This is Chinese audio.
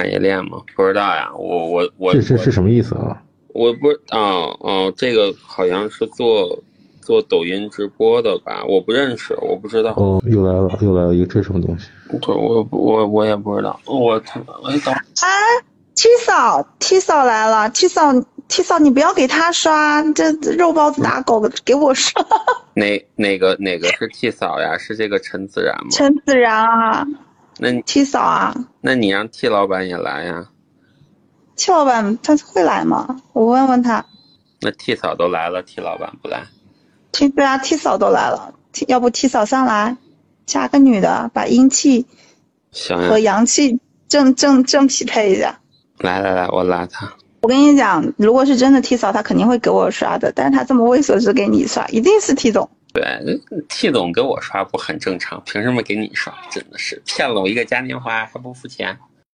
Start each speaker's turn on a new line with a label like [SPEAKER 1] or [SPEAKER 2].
[SPEAKER 1] 产业链吗？不知道呀，我我我
[SPEAKER 2] 这是是什么意思啊？
[SPEAKER 1] 我不啊哦、这个好像是做做抖音直播的吧？我不认识，我不知道。
[SPEAKER 2] 哦，又来了，又来了一个这是什么东西？
[SPEAKER 1] 对，我我我也不知道。我他哎等
[SPEAKER 3] 啊七嫂，七嫂来了，七嫂，七嫂，你不要给他刷，这肉包子打狗给我刷。
[SPEAKER 1] 哪哪个哪个是替嫂呀？是这个陈自然吗？
[SPEAKER 3] 陈子然啊，
[SPEAKER 1] 那你
[SPEAKER 3] 七嫂啊，
[SPEAKER 1] 那你让替老板也来呀？
[SPEAKER 3] 戚老板他会来吗？我问问他。
[SPEAKER 1] 那替嫂都来了，替老板不来？
[SPEAKER 3] 七对啊，七嫂都来了，七要不七嫂上来，加个女的，把阴气
[SPEAKER 1] 行
[SPEAKER 3] 和
[SPEAKER 1] 呀，
[SPEAKER 3] 阳气正正正匹配一下。
[SPEAKER 1] 来来来，我拉他。
[SPEAKER 3] 我跟你讲，如果是真的 T 嫂，他肯定会给我刷的，但是他这么猥琐只给你刷，一定是 T 总。
[SPEAKER 1] 对，替总给我刷不很正常？凭什么给你刷？真的是骗了我一个嘉年华还不付钱？